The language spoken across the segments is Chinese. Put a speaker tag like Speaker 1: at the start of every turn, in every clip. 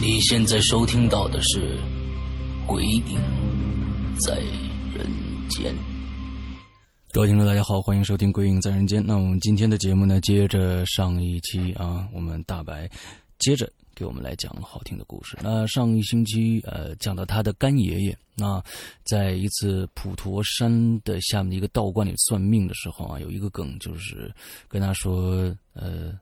Speaker 1: 你现在收听到的是《鬼影在人间》。
Speaker 2: 各位听众，大家好，欢迎收听《鬼影在人间》。那我们今天的节目呢，接着上一期啊，我们大白接着给我们来讲好听的故事。那上一星期呃，讲到他的干爷爷，那在一次普陀山的下面的一个道观里算命的时候啊，有一个梗就是跟他说呃，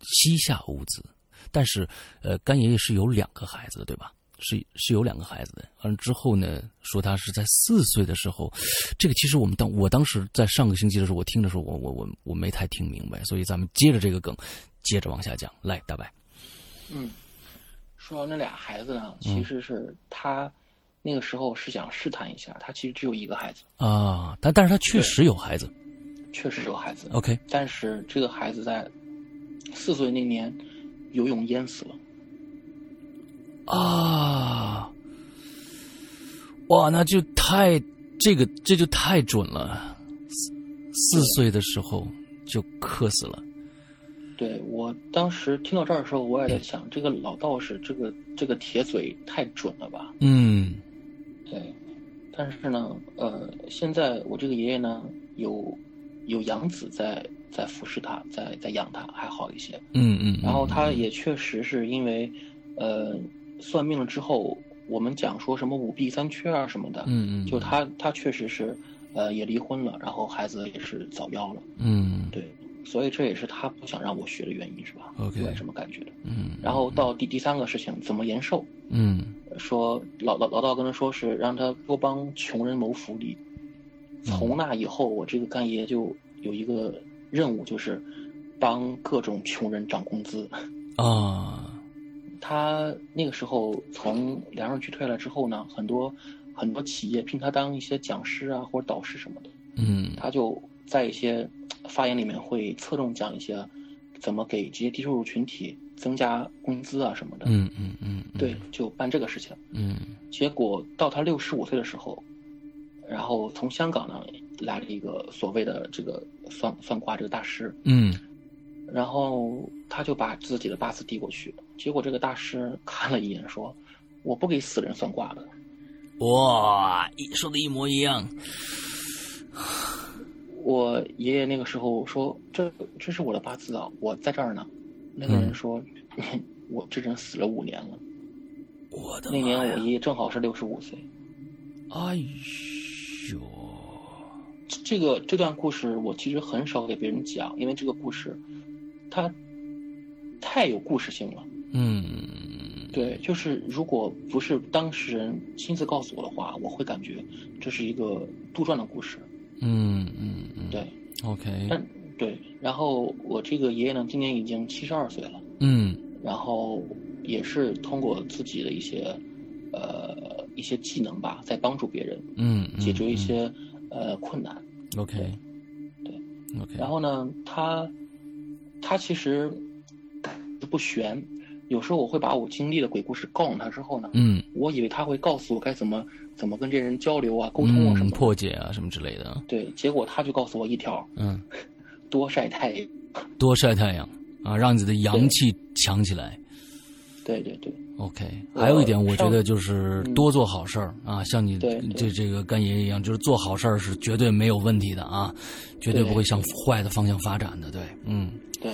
Speaker 2: 膝下无子，但是呃，干爷爷是有两个孩子的，对吧？是是有两个孩子的，完了之后呢，说他是在四岁的时候，这个其实我们当我当时在上个星期的时候，我听的时候，我我我我没太听明白，所以咱们接着这个梗，接着往下讲，来，大白，
Speaker 3: 嗯，说到那俩孩子呢，其实是他那个时候是想试探一下，他其实只有一个孩子，
Speaker 2: 啊，但但是他确实有孩子
Speaker 3: 确实有孩子，
Speaker 2: ，OK，
Speaker 3: 但是这个孩子在四岁那年游泳淹死了。
Speaker 2: 啊，哇，那就太这个这就太准了，四四岁的时候就克死了，
Speaker 3: 对我当时听到这儿的时候，我也在想，这个老道士，这个这个铁嘴太准了吧？
Speaker 2: 嗯
Speaker 3: 对，但是呢，呃，现在我这个爷爷呢，有有养子在在服侍他，在在养他，还好一些。
Speaker 2: 嗯嗯，
Speaker 3: 然后
Speaker 2: 嗯
Speaker 3: 他也确实是因为，呃，算命了之后，我们讲说什么五弊三缺啊什么的，
Speaker 2: 嗯嗯，
Speaker 3: 就他他确实是，呃，也离婚了，然后孩子也是早夭了，
Speaker 2: 嗯
Speaker 3: 对，所以这也是他不想让我学的原因，是吧
Speaker 2: OK
Speaker 3: 我也这么感觉的。
Speaker 2: 嗯，
Speaker 3: 然后到第第三个事情，怎么延寿？
Speaker 2: 嗯
Speaker 3: 说老老老道跟他说是让他多帮穷人谋福利。
Speaker 2: 嗯
Speaker 3: 从那以后，我这个干爷就有一个任务，就是帮各种穷人涨工资。
Speaker 2: 啊，
Speaker 3: 他那个时候从粮食局退了之后呢，很多很多企业聘他当一些讲师啊或者导师什么的，
Speaker 2: 嗯
Speaker 3: 他就在一些呃发言里面会侧重讲一些怎么给这些低收入群体增加工资啊什么的。
Speaker 2: 嗯嗯嗯，嗯
Speaker 3: 对，，就办这个事情。
Speaker 2: 嗯
Speaker 3: 结果到他六十五岁的时候，然后从香港呢来了一个所谓的这个算算卦这个大师，
Speaker 2: 嗯
Speaker 3: 然后他就把自己的八字递过去，结果这个大师看了一眼说：“我不给死人算卦的。
Speaker 2: 哇，一说的一模一样，”
Speaker 3: 我爷爷那个时候说：“这这是我的八字啊，我在这儿呢。”那个人说：“ 我这人死了五年了，
Speaker 2: 我的
Speaker 3: 那年
Speaker 2: 妈呀
Speaker 3: 我爷爷正好是六十五岁。
Speaker 2: 哎呦，”
Speaker 3: 这个这段故事我其实很少给别人讲，因为这个故事它太有故事性了。
Speaker 2: 嗯，
Speaker 3: 对，就是如果不是当事人亲自告诉我的话，我会感觉这是一个杜撰的故事。
Speaker 2: 嗯嗯嗯，
Speaker 3: 对，
Speaker 2: ，OK，
Speaker 3: 但对，然后我这个爷爷呢，今年已经七十二岁了，
Speaker 2: 嗯
Speaker 3: 然后也是通过自己的一些呃一些技能吧，在帮助别人
Speaker 2: 嗯，嗯
Speaker 3: 解决一些、呃困难。
Speaker 2: 嗯，OK，
Speaker 3: 对
Speaker 2: ，OK，
Speaker 3: 然后呢，他他其实不悬，有时候我会把我经历的鬼故事告诉他之后呢，
Speaker 2: 嗯
Speaker 3: 我以为他会告诉我该怎么怎么跟这人交流啊、沟通啊什
Speaker 2: 嗯，
Speaker 3: 么的。
Speaker 2: 破解啊什么之类的啊，
Speaker 3: 对，结果他就告诉我一条：
Speaker 2: 嗯，
Speaker 3: 多晒太阳。
Speaker 2: 多晒太阳啊，让你的阳气强起来。
Speaker 3: 对对对
Speaker 2: OK，
Speaker 3: 我
Speaker 2: 还有一点，我觉
Speaker 3: 上
Speaker 2: 得就是
Speaker 3: 嗯
Speaker 2: 多做好事儿、啊，像你
Speaker 3: 对
Speaker 2: 这这个干爷一样，就是做好事儿是绝对没有问题的啊，绝对
Speaker 3: 对
Speaker 2: 不会向坏的方向发展的。对，嗯
Speaker 3: 对。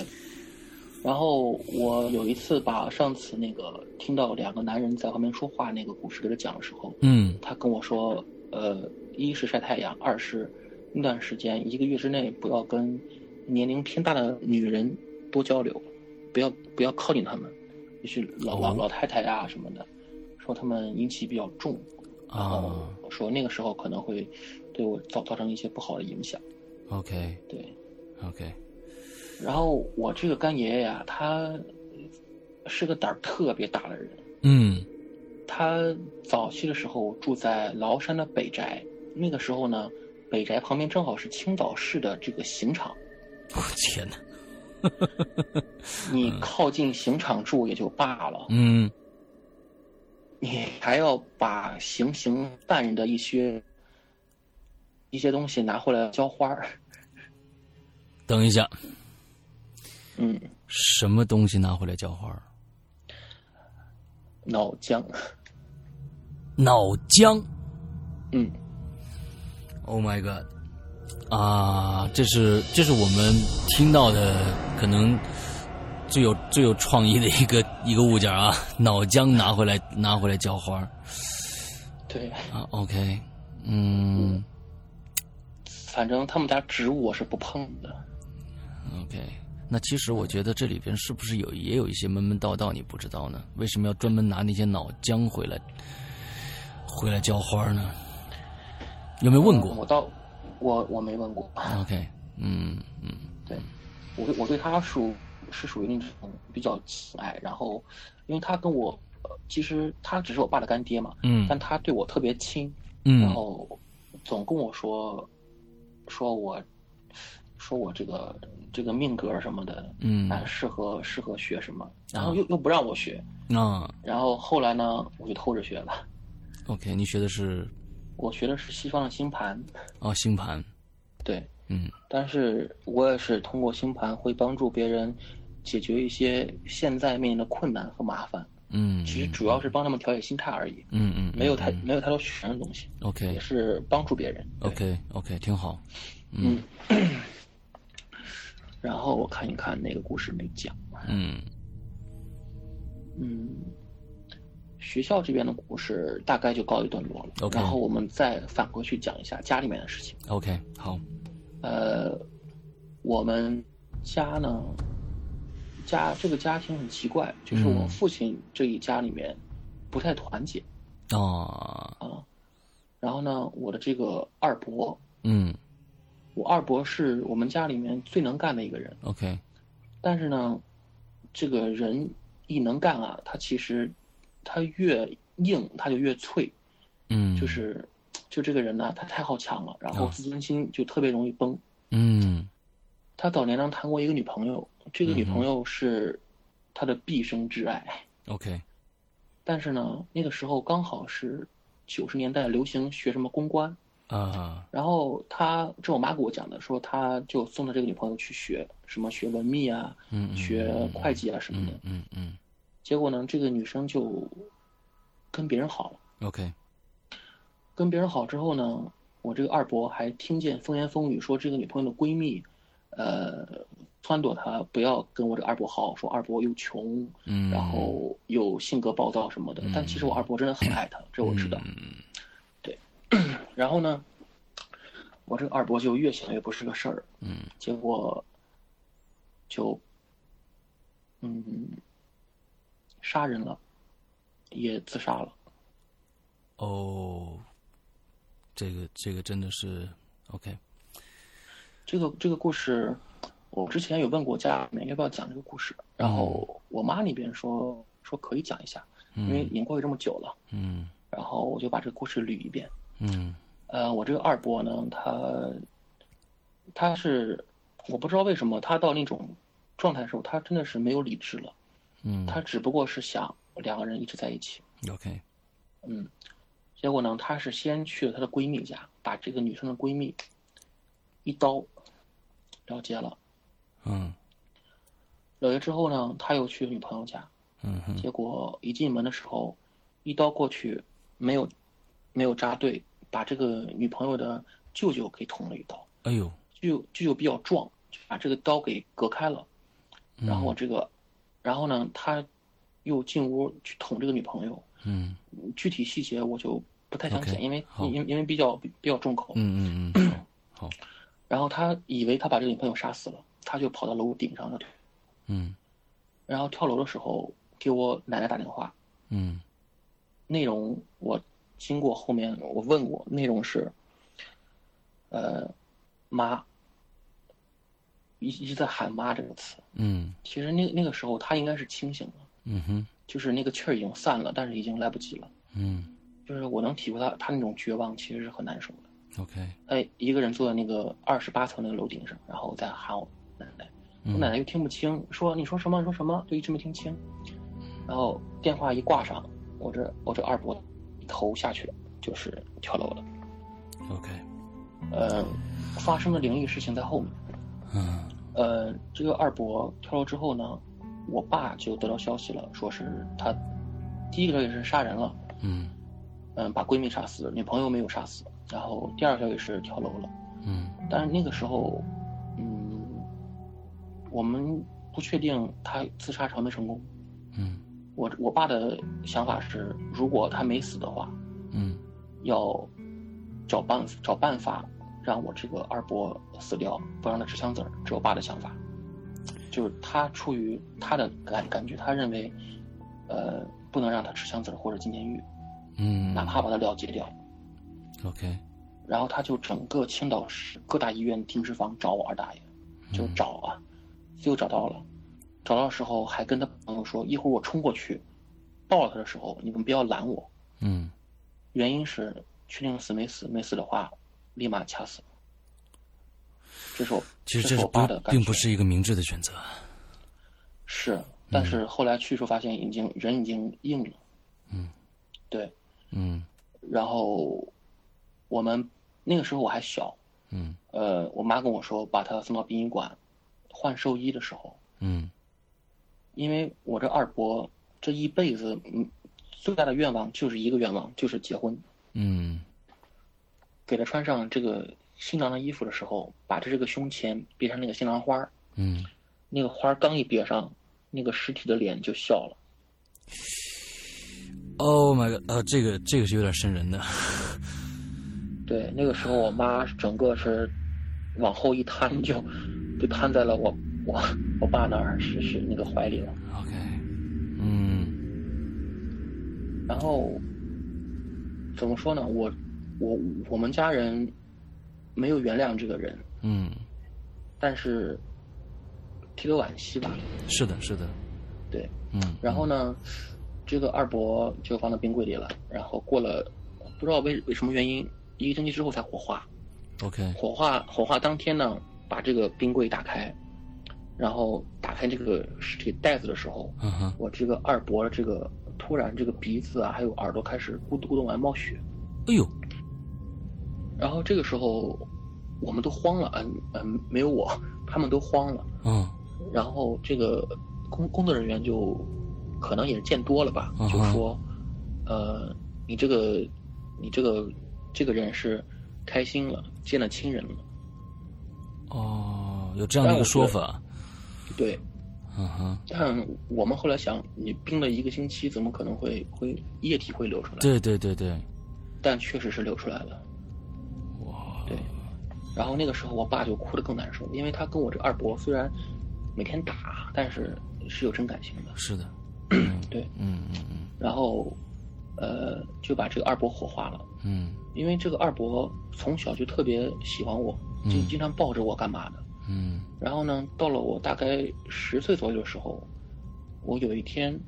Speaker 3: 然后我有一次把上次那个听到两个男人在旁边说话那个故事给他讲的时候，
Speaker 2: 嗯
Speaker 3: 他跟我说，呃，一是晒太阳，二是那段时间一个月之内不要跟年龄偏大的女人多交流，不要不要靠近她们，也许老老
Speaker 2: 哦
Speaker 3: 老太太呀、什么的，说他们阴气比较重，然后
Speaker 2: 啊
Speaker 3: 说那个时候可能会对我造造成一些不好的影响。
Speaker 2: ，OK
Speaker 3: 对，
Speaker 2: OK，
Speaker 3: 然后我这个干爷爷呀、他是个胆儿特别大的人。
Speaker 2: 嗯
Speaker 3: 他早期的时候住在崂山的北宅，那个时候呢，北宅旁边正好是青岛市的这个刑场，
Speaker 2: 我天哪，
Speaker 3: 你靠近刑场住也就罢了，
Speaker 2: 嗯
Speaker 3: 你还要把行刑犯人的一些一些东西拿回来浇花儿。
Speaker 2: 等一下，
Speaker 3: 嗯，
Speaker 2: 什么东西拿回来浇花儿？
Speaker 3: 脑浆，
Speaker 2: 脑浆
Speaker 3: 嗯，
Speaker 2: ，Oh my god！啊，这是这是我们听到的可能最有最有创意的一个一个物件啊，脑浆拿回来拿回来浇花儿
Speaker 3: 对，
Speaker 2: 啊，OK，嗯
Speaker 3: 反正他们家植物我是不碰的。
Speaker 2: ，OK。那其实我觉得这里边是不是有也有一些门门道道你不知道呢？为什么要专门拿那些脑浆回来回来浇花儿呢？有没有问过
Speaker 3: 我倒我我没问过，
Speaker 2: ？OK，嗯嗯
Speaker 3: 对，我对我对他属是属于那种比较慈爱，然后因为他跟我，呃其实他只是我爸的干爹嘛，
Speaker 2: 嗯
Speaker 3: 但他对我特别亲，然
Speaker 2: 嗯
Speaker 3: 后总跟我说，说我，说我这个这个命格什么的，
Speaker 2: 嗯
Speaker 3: 哎，适合适合学什么，然后又又不让我学，
Speaker 2: 啊
Speaker 3: 然后后来呢，我就偷着学了，
Speaker 2: ，OK，你学的是
Speaker 3: 我学的是西方的星盘，
Speaker 2: 哦星盘，
Speaker 3: 对，
Speaker 2: 嗯
Speaker 3: 但是我也是通过星盘会帮助别人解决一些现在面临的困难和麻烦，
Speaker 2: 嗯，
Speaker 3: 其实主要是帮他们调节心态而已，
Speaker 2: 嗯嗯
Speaker 3: 没有太没有太多玄的东西，
Speaker 2: OK
Speaker 3: 也是帮助别人。对嗯
Speaker 2: OK 嗯 OK 挺好，
Speaker 3: 然后我看一看哪个故事没讲，
Speaker 2: 嗯
Speaker 3: 嗯，学校这边的故事大概就告一段落了
Speaker 2: OK
Speaker 3: 然后我们再反过去讲一下家里面的事情。
Speaker 2: OK 好，
Speaker 3: 呃，我们家呢，家这个家庭很奇怪，就是我
Speaker 2: 嗯
Speaker 3: 父亲这一家里面不太团结。
Speaker 2: 啊
Speaker 3: 然后呢，我的这个二伯，
Speaker 2: 嗯
Speaker 3: 我二伯是我们家里面最能干的一个人，
Speaker 2: OK
Speaker 3: 但是呢，这个人一能干啊，他其实他越硬他就越脆，
Speaker 2: 嗯
Speaker 3: 就是就这个人呢、他太好强了，然后
Speaker 2: 啊
Speaker 3: 自尊心就特别容易崩。
Speaker 2: 嗯
Speaker 3: 他早年呢谈过一个女朋友，这个女朋友是他的毕生挚爱，
Speaker 2: OK
Speaker 3: 但是呢，那个时候刚好是九十年代流行学什么公关，
Speaker 2: 啊
Speaker 3: 然后他这我妈给我讲的，说他就送他这个女朋友去学什么学文秘啊，
Speaker 2: 嗯嗯
Speaker 3: 学会计啊什么的，
Speaker 2: 嗯嗯嗯
Speaker 3: 结果呢，这个女生就跟别人好了，
Speaker 2: OK
Speaker 3: 跟别人好之后呢，我这个二伯还听见风言风语说这个女朋友的闺蜜，呃，撺掇他不要跟我这个二伯好，说二伯又穷，
Speaker 2: 嗯
Speaker 3: 然后又性格暴躁什么的。但其实我二伯真的很爱她，这我知道。
Speaker 2: 嗯
Speaker 3: 对，然后呢，我这个二伯就越想越不是个事儿，
Speaker 2: 嗯
Speaker 3: 结果就嗯杀人了，也自杀了。
Speaker 2: 哦，这个这个真的是 OK 嗯
Speaker 3: 这个这个故事，我之前有问过家里面要不要讲这个故事，然
Speaker 2: 哦
Speaker 3: 后我妈那边说说可以讲一下，因为已经过去这么久了，
Speaker 2: 嗯
Speaker 3: 然后我就把这个故事捋一遍。
Speaker 2: 嗯
Speaker 3: 呃，我这个二伯呢，他他是我不知道为什么他到那种状态的时候，他真的是没有理智了，
Speaker 2: 嗯
Speaker 3: 他只不过是想两个人一直在一起。
Speaker 2: OK
Speaker 3: 结果呢，他是先去了她的闺蜜家，把这个女生的闺蜜一刀了结了。
Speaker 2: 嗯
Speaker 3: 了结之后呢，他又去女朋友家，
Speaker 2: 嗯哼
Speaker 3: 结果一进门的时候，一刀过去没有没有扎对，把这个女朋友的舅舅给捅了一刀。
Speaker 2: 哎呦
Speaker 3: 舅舅舅比较壮，就把这个刀给隔开了。然
Speaker 2: 嗯
Speaker 3: 后这个，然后呢，他又进屋去捅这个女朋友。
Speaker 2: 嗯
Speaker 3: 具体细节我就不太想
Speaker 2: OK，
Speaker 3: 讲，因为
Speaker 2: 好
Speaker 3: 因因为比较比较重口。
Speaker 2: 嗯嗯嗯好好
Speaker 3: 然后他以为他把这个女朋友杀死了，他就跑到楼顶上了。
Speaker 2: 嗯
Speaker 3: 然后跳楼的时候，给我奶奶打电话，
Speaker 2: 嗯
Speaker 3: 内容我经过后面我问过，内容是，呃，妈，一一直在喊妈这个词。
Speaker 2: 嗯
Speaker 3: 其实那那个时候他应该是清醒的，
Speaker 2: 嗯哼
Speaker 3: 就是那个气儿已经散了，但是已经来不及了。
Speaker 2: 嗯
Speaker 3: 就是我能体会他他那种绝望，其实是很难受的。
Speaker 2: ，OK，
Speaker 3: 哎，一个人坐在那个二十八层那个楼顶上，然后再喊我奶奶，我奶
Speaker 2: 嗯
Speaker 3: 奶又听不清，说你说什么说什么，就一直没听清。然后电话一挂上，我这我这二伯头下去了，就是跳楼了。
Speaker 2: ，OK，
Speaker 3: 呃，发生的灵异事情在后面。
Speaker 2: 嗯
Speaker 3: 呃，这个二伯跳楼之后呢，我爸就得到消息了，说是他第一个消息是杀人了，
Speaker 2: 嗯
Speaker 3: 嗯，把闺蜜杀死，女朋友没有杀死。然后第二个消息是跳楼了，
Speaker 2: 嗯
Speaker 3: 但是那个时候，嗯，我们不确定他自杀成没成功。
Speaker 2: 嗯
Speaker 3: 我我爸的想法是，如果他没死的话，
Speaker 2: 嗯
Speaker 3: 要找办找办法让我这个二伯死掉，不让他吃枪子儿，这是我爸的想法。就是他出于他的感感觉，他认为，呃，不能让他吃枪子儿或者进监狱，
Speaker 2: 嗯，
Speaker 3: 哪怕把他了结掉。
Speaker 2: OK，
Speaker 3: 然后他就整个青岛市各大医院停尸房找我二大爷，就
Speaker 2: 嗯
Speaker 3: 找啊，最后找到了，找到的时候还跟他朋友说，一会儿我冲过去，抱了他的时候，你们不要拦我，
Speaker 2: 嗯
Speaker 3: 原因是确定死没死，没死的话，立马掐死。这是我，
Speaker 2: 其实
Speaker 3: 这
Speaker 2: 这是
Speaker 3: 我
Speaker 2: 不
Speaker 3: 爸的感
Speaker 2: 并
Speaker 3: 觉。
Speaker 2: 不是一个明智的选择，啊
Speaker 3: 是，但是后来去时候发现已经人已经硬了。
Speaker 2: 嗯，
Speaker 3: 对。
Speaker 2: 嗯
Speaker 3: 然后我们那个时候我还小，
Speaker 2: 嗯
Speaker 3: 呃，我妈跟我说把他送到殡仪馆换寿衣的时候，
Speaker 2: 嗯
Speaker 3: 因为我这二伯这一辈子，嗯，最大的愿望就是一个愿望，就是结婚。
Speaker 2: 嗯
Speaker 3: 给他穿上这个新郎的衣服的时候，把他这个胸前别上那个新郎花儿，
Speaker 2: 嗯，
Speaker 3: 那个花儿刚一别上，那个尸体的脸就笑了。
Speaker 2: Oh my god！啊，这个这个是有点瘆人的。
Speaker 3: 对，那个时候我妈整个是往后一瘫就，就瘫在了我我我爸那儿，是是那个怀里了。
Speaker 2: OK，嗯
Speaker 3: 然后怎么说呢？我我我们家人没有原谅这个人，
Speaker 2: 嗯，
Speaker 3: 但是替他惋惜吧。
Speaker 2: 是的，是的，
Speaker 3: 对，
Speaker 2: 嗯，
Speaker 3: 然后呢，这个二伯就放到冰柜里了。然后过了，不知道为为什么原因，一个星期之后才火化。
Speaker 2: OK，
Speaker 3: 火化火化当天呢，把这个冰柜打开，然后打开这个这个袋子的时候，
Speaker 2: 嗯哼，
Speaker 3: 我这个二伯这个突然这个鼻子啊，还有耳朵开始咕嘟咕嘟往外冒血。
Speaker 2: 哎呦，
Speaker 3: 然后这个时候，我们都慌了，嗯嗯，没有我， 他们都慌了。
Speaker 2: 嗯
Speaker 3: 然后这个工工作人员就可能也是见多了吧，
Speaker 2: 嗯哼
Speaker 3: 就说，呃，你这个你这个这个人是开心了，见了亲人了，
Speaker 2: 哦，有这样的一个说法，啊
Speaker 3: 对。
Speaker 2: 嗯哼，
Speaker 3: 但我们后来想，你冰了一个星期，怎么可能会会液体会流出来？
Speaker 2: 对对对对，
Speaker 3: 但确实是流出来了。
Speaker 2: 哇，
Speaker 3: 对，然后那个时候我爸就哭得更难受，因为他跟我这二伯虽然每天打，但是是有真感情的。
Speaker 2: 是的，
Speaker 3: 对，
Speaker 2: 嗯嗯嗯
Speaker 3: 然后呃就把这个二伯火化了，
Speaker 2: 嗯
Speaker 3: 因为这个二伯从小就特别喜欢我，就
Speaker 2: 嗯
Speaker 3: 经常抱着我干嘛的。
Speaker 2: 嗯
Speaker 3: 然后呢，到了我大概十岁左右的时候，我有一天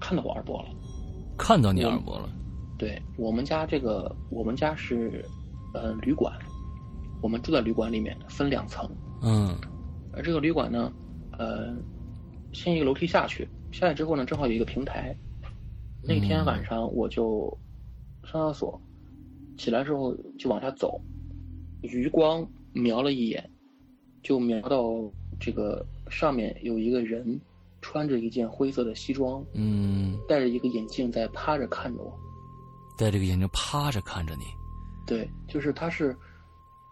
Speaker 3: 看到我二伯了。
Speaker 2: 嗯，看到你二伯了，
Speaker 3: 对我们家这个，我们家是呃旅馆，我们住在旅馆里面，分两层。
Speaker 2: 嗯
Speaker 3: 而这个旅馆呢，呃，先一个楼梯下去，下来之后呢，正好有一个平台。那天
Speaker 2: 嗯
Speaker 3: 晚上我就上厕所，起来之后就往下走，余光瞄了一眼，就瞄到这个上面有一个人，穿着一件灰色的西装，
Speaker 2: 嗯，
Speaker 3: 戴着一个眼镜在趴着看着我。
Speaker 2: 戴这个眼睛趴着看着你，
Speaker 3: 对，就是他是，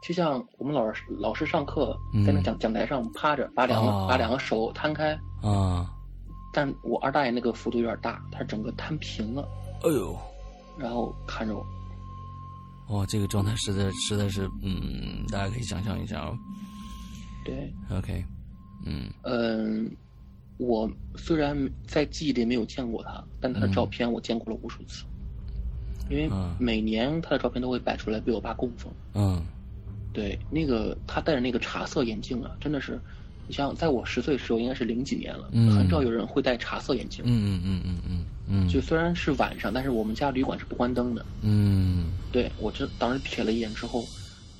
Speaker 3: 就像我们老师老师上课
Speaker 2: 嗯
Speaker 3: 在那讲讲台上趴着，把两个、
Speaker 2: 哦
Speaker 3: 把两个手摊开，
Speaker 2: 啊，
Speaker 3: 但我二大爷那个幅度有点大，他整个摊平了，
Speaker 2: 哎呦。
Speaker 3: 然后看着我。
Speaker 2: 哇、这个状态实在实在是，嗯，大家可以想象一下哦。
Speaker 3: 对，
Speaker 2: OK，嗯
Speaker 3: 嗯，我虽然在记忆里没有见过他，但他的照片我见过了无数次，因为
Speaker 2: 嗯
Speaker 3: 每年他的照片都会摆出来被我爸供奉。
Speaker 2: 嗯
Speaker 3: 对，那个他戴着那个茶色眼镜啊，真的是，你像在我十岁的时候，应该是零几年了，
Speaker 2: 嗯
Speaker 3: 很少有人会戴茶色眼镜。
Speaker 2: 嗯嗯嗯嗯嗯
Speaker 3: 就虽然是晚上，但是我们家旅馆是不关灯的。
Speaker 2: 嗯
Speaker 3: 对我这当时瞥了一眼之后，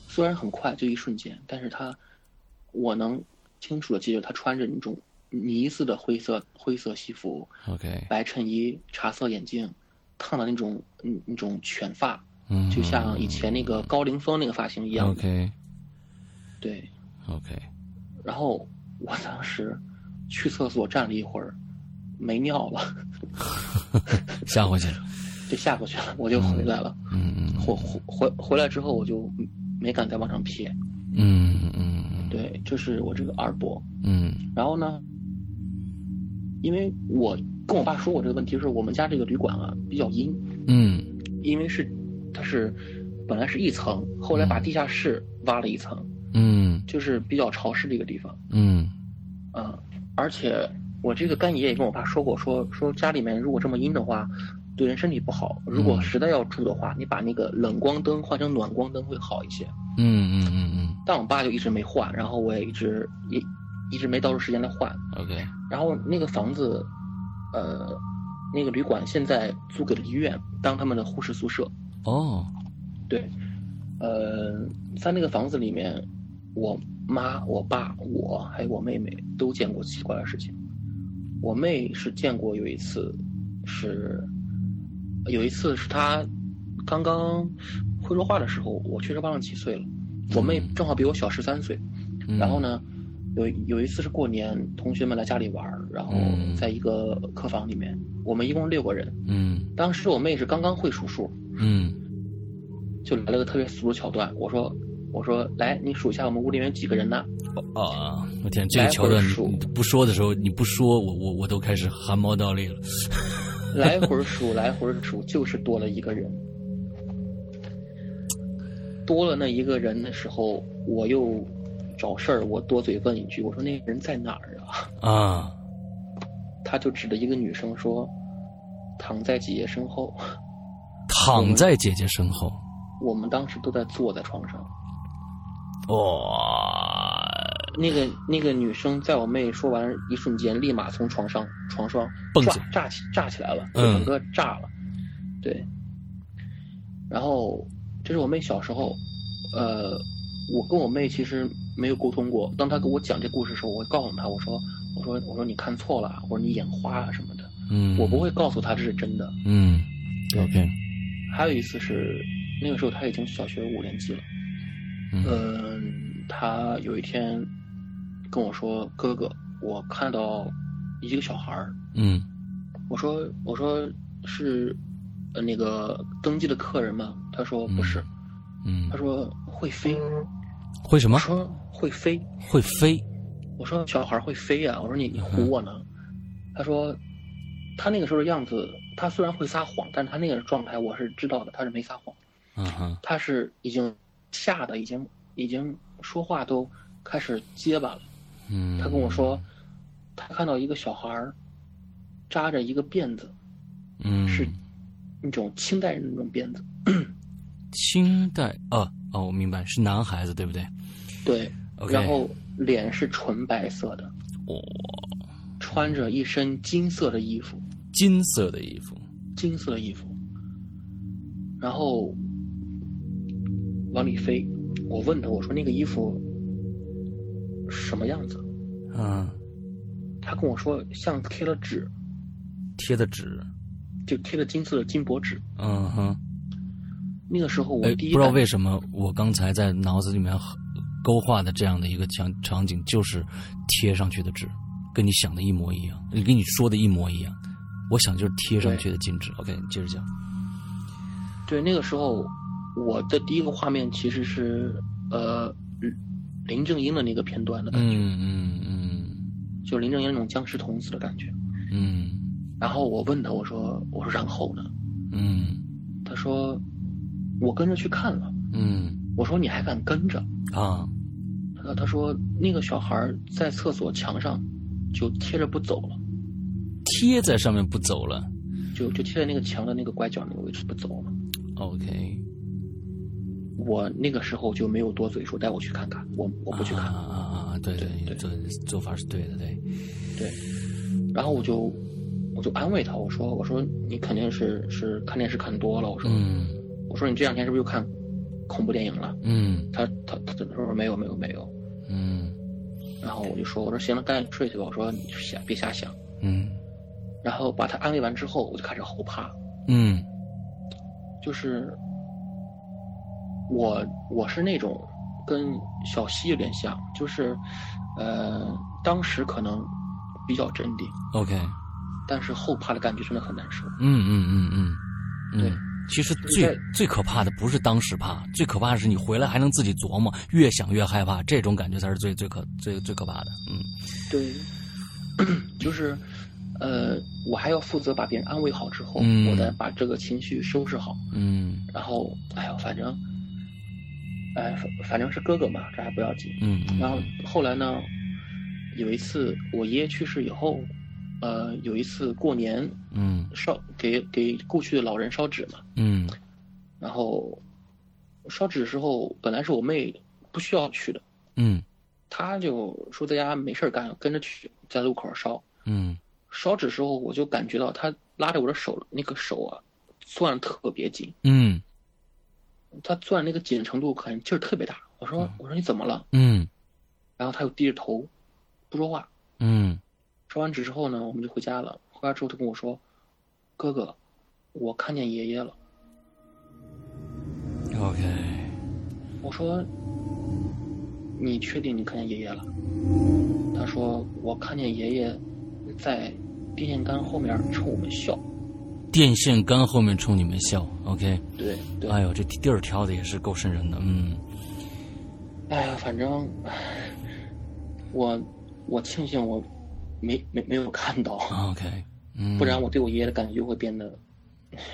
Speaker 3: 虽然很快就一瞬间，但是他，我能清楚的记得他穿着那种呢子的灰色灰色西服，
Speaker 2: ，OK，
Speaker 3: 白衬衣、茶色眼镜，烫的那种嗯那种卷发，
Speaker 2: 嗯，
Speaker 3: 就像以前那个高凌风那个发型一样。
Speaker 2: OK
Speaker 3: 对，
Speaker 2: OK，
Speaker 3: 然后我当时去厕所站了一会儿，没尿了，
Speaker 2: 吓回去了，
Speaker 3: 就下过去了，我就回来了。
Speaker 2: 嗯嗯
Speaker 3: 回回回回来之后，我就没敢再往上瞥。
Speaker 2: 嗯嗯
Speaker 3: 对，这是我这个二伯。
Speaker 2: 嗯
Speaker 3: 然后呢，因为我跟我爸说过这个问题，是我们家这个旅馆啊比较阴，
Speaker 2: 嗯
Speaker 3: 因为是它是本来是一层，后来把地下室挖了一层，
Speaker 2: 嗯
Speaker 3: 就是比较潮湿的一个地方。
Speaker 2: 嗯
Speaker 3: 嗯，而且我这个干爷也跟我爸说过，说说家里面如果这么阴的话，对人身体不好。如果实在要住的话，你把那个冷光灯换成暖光灯会好一些。
Speaker 2: 嗯嗯嗯
Speaker 3: 但我爸就一直没换，然后我也一直一一直没到出时间来换。
Speaker 2: ，OK，
Speaker 3: 然后那个房子，呃，那个旅馆现在租给了医院，当他们的护士宿舍。
Speaker 2: 哦，
Speaker 3: 对，呃，在那个房子里面，我妈、我爸、我还有我妹妹都见过奇怪的事情。我妹是见过有一次是，有一次是她刚刚会说话的时候，我确实忘了几岁了。我妹正好比我小十三岁，
Speaker 2: 嗯
Speaker 3: 然后呢，有有一次是过年，同学们来家里玩儿，然后
Speaker 2: 嗯
Speaker 3: 在一个客房里面，我们一共六个人。
Speaker 2: 嗯
Speaker 3: 当时我妹是刚刚会数数，
Speaker 2: 嗯
Speaker 3: 就来了个特别俗的桥段。我说，我说，来，你数一下我们屋里面有几个人呢？
Speaker 2: 啊，我天，这个桥段不说的时候，你不说，我我我都开始汗毛倒立了，
Speaker 3: 来回数，来回数，就是多了一个人。多了那一个人的时候，我又找事儿，我多嘴问一句，我说那个人在哪儿啊？
Speaker 2: 啊，
Speaker 3: 他就指着一个女生说，躺在姐姐身后。
Speaker 2: 躺在姐姐身后，
Speaker 3: 我们当时都在坐在床上。
Speaker 2: 哇，
Speaker 3: 那个那个女生在我妹说完一瞬间，立马从床上床上
Speaker 2: 蹦
Speaker 3: 炸
Speaker 2: 起来
Speaker 3: 炸起炸起来了，就
Speaker 2: 嗯
Speaker 3: 整个炸了。对，然后这是我妹小时候，呃，我跟我妹其实没有沟通过。当她跟我讲这故事的时候，我会告诉她，我说我说我说你看错了，或者你眼花啊什么的，
Speaker 2: 嗯，
Speaker 3: 我不，会告诉她这是真的。
Speaker 2: 嗯，OK，
Speaker 3: 还有一次是那个时候她已经小学五年级了，
Speaker 2: 嗯
Speaker 3: 嗯，他有一天跟我说：“哥哥，我看到一个小孩儿。
Speaker 2: 嗯”
Speaker 3: 我说：“我说是呃那个登记的客人吗？”他说：“不是。
Speaker 2: 嗯
Speaker 3: 他，说：“会飞。”
Speaker 2: 会什
Speaker 3: 我
Speaker 2: 么？
Speaker 3: 说：“会飞。
Speaker 2: 会飞？”
Speaker 3: 我说：“小孩儿会飞呀、我说你：“你唬我呢？”
Speaker 2: 嗯
Speaker 3: 他说：“他那个时候的样子，他虽然会撒谎，但是他那个状态我是知道的，他是没撒谎。”
Speaker 2: 嗯哼，
Speaker 3: 他是已经吓得已经已经说话都开始结巴了。
Speaker 2: 嗯，
Speaker 3: 他跟我，说，他看到一个小孩儿扎着一个辫子，
Speaker 2: 嗯，
Speaker 3: 是那种清代人的那种辫子。
Speaker 2: 清代啊哦，我明白，是男孩子对不对
Speaker 3: 对
Speaker 2: OK
Speaker 3: 然后脸是纯白色的，
Speaker 2: 哦，
Speaker 3: 穿着一身金色的衣服，
Speaker 2: 金色的衣服，
Speaker 3: 金色的衣服，然后往里飞。我问他，我说那个衣服什么样子？
Speaker 2: 嗯，
Speaker 3: 他跟我说像贴了纸，
Speaker 2: 贴的纸，
Speaker 3: 就贴了金色的金箔纸。
Speaker 2: 嗯哼，
Speaker 3: 那个时候我
Speaker 2: 哎，
Speaker 3: 第一
Speaker 2: 不知道
Speaker 3: 感
Speaker 2: 为什么我刚才在脑子里面勾画的这样的一个场场景，就是贴上去的纸，跟你想的一模一样，跟你说的一模一样，我想就是贴上去的金纸。OK，你接着讲，
Speaker 3: 对，那个时候我的第一个画面其实是呃林正英的那个片段的感觉，
Speaker 2: 嗯嗯
Speaker 3: 就林正英那种僵尸童子的感觉。
Speaker 2: 嗯
Speaker 3: 然后我问他，我说我说然后呢？
Speaker 2: 嗯
Speaker 3: 他说我跟着去看了。
Speaker 2: 嗯
Speaker 3: 我说你还敢跟着？
Speaker 2: 啊
Speaker 3: 他他说那个小孩儿在厕所墙上就贴着不走了，
Speaker 2: 贴在上面不走了。
Speaker 3: 就就贴在那个墙的那个拐角那个位置不走了。
Speaker 2: OK，
Speaker 3: 我那个时候就没有多嘴说带我去看看，我我不去看，
Speaker 2: 啊啊啊啊！对对，
Speaker 3: 对
Speaker 2: 做做法是对的，对。
Speaker 3: 对，然后我就我就安慰他，我说我说你肯定是是看电视看多了，我说、
Speaker 2: 嗯
Speaker 3: 我说你这两天是不是又看恐怖电影了？
Speaker 2: 嗯
Speaker 3: 他他他他说没有没有没有，
Speaker 2: 嗯
Speaker 3: 然后我就说我说行了，赶紧睡去吧，我说你就瞎别瞎想，
Speaker 2: 嗯
Speaker 3: 然后把他安慰完之后，我就开始后怕，
Speaker 2: 嗯
Speaker 3: 就是我我是那种跟小西有点像，就是呃当时可能比较镇定，
Speaker 2: ，OK，
Speaker 3: 但是后怕的感觉真的很难受。
Speaker 2: 嗯嗯嗯嗯
Speaker 3: 对
Speaker 2: 嗯。其实
Speaker 3: 就是
Speaker 2: 最
Speaker 3: 在
Speaker 2: 最可怕的不是当时怕，最可怕的是你回来还能自己琢磨，越想越害怕，这种感觉才是最最可最最可怕的。嗯
Speaker 3: 对，就是呃我还要负责把别人安慰好之后，
Speaker 2: 嗯
Speaker 3: 我再把这个情绪收拾好，
Speaker 2: 嗯
Speaker 3: 然后哎呀反正哎反反正是哥哥嘛，这还不要紧。
Speaker 2: 嗯嗯。
Speaker 3: 然后
Speaker 2: 嗯
Speaker 3: 后来呢，有一次我爷爷去世以后，呃，有一次过年
Speaker 2: 嗯
Speaker 3: 烧给给故去的老人烧纸嘛，
Speaker 2: 嗯
Speaker 3: 然后烧纸的时候，本来是我妹不需要去的，
Speaker 2: 嗯
Speaker 3: 她就说在家没事儿干，跟着去，在路口烧。
Speaker 2: 嗯
Speaker 3: 烧纸时候，我就感觉到她拉着我的手，那个手啊，攥得特别紧，
Speaker 2: 嗯
Speaker 3: 她攥那个紧程度很劲儿特别大。我说我说你怎么了？
Speaker 2: 嗯
Speaker 3: 然后她又低着头，不说话。
Speaker 2: 嗯
Speaker 3: 烧完纸之后呢，我们就回家了。回家之后，他跟我说：“哥哥，我看见爷爷了。
Speaker 2: 嗯，OK，”
Speaker 3: 我说：“你确定你看见爷爷了？”他说：“我看见爷爷在电线杆后面冲我们笑。
Speaker 2: 电线杆后面冲你们笑，OK，
Speaker 3: 对”对
Speaker 2: 哎呦，这地儿挑的也是够瘆人的，嗯
Speaker 3: 哎呀，反正唉我我庆幸我没没没有看到，
Speaker 2: ，OK，嗯，
Speaker 3: 不然我对我爷爷的感觉会变得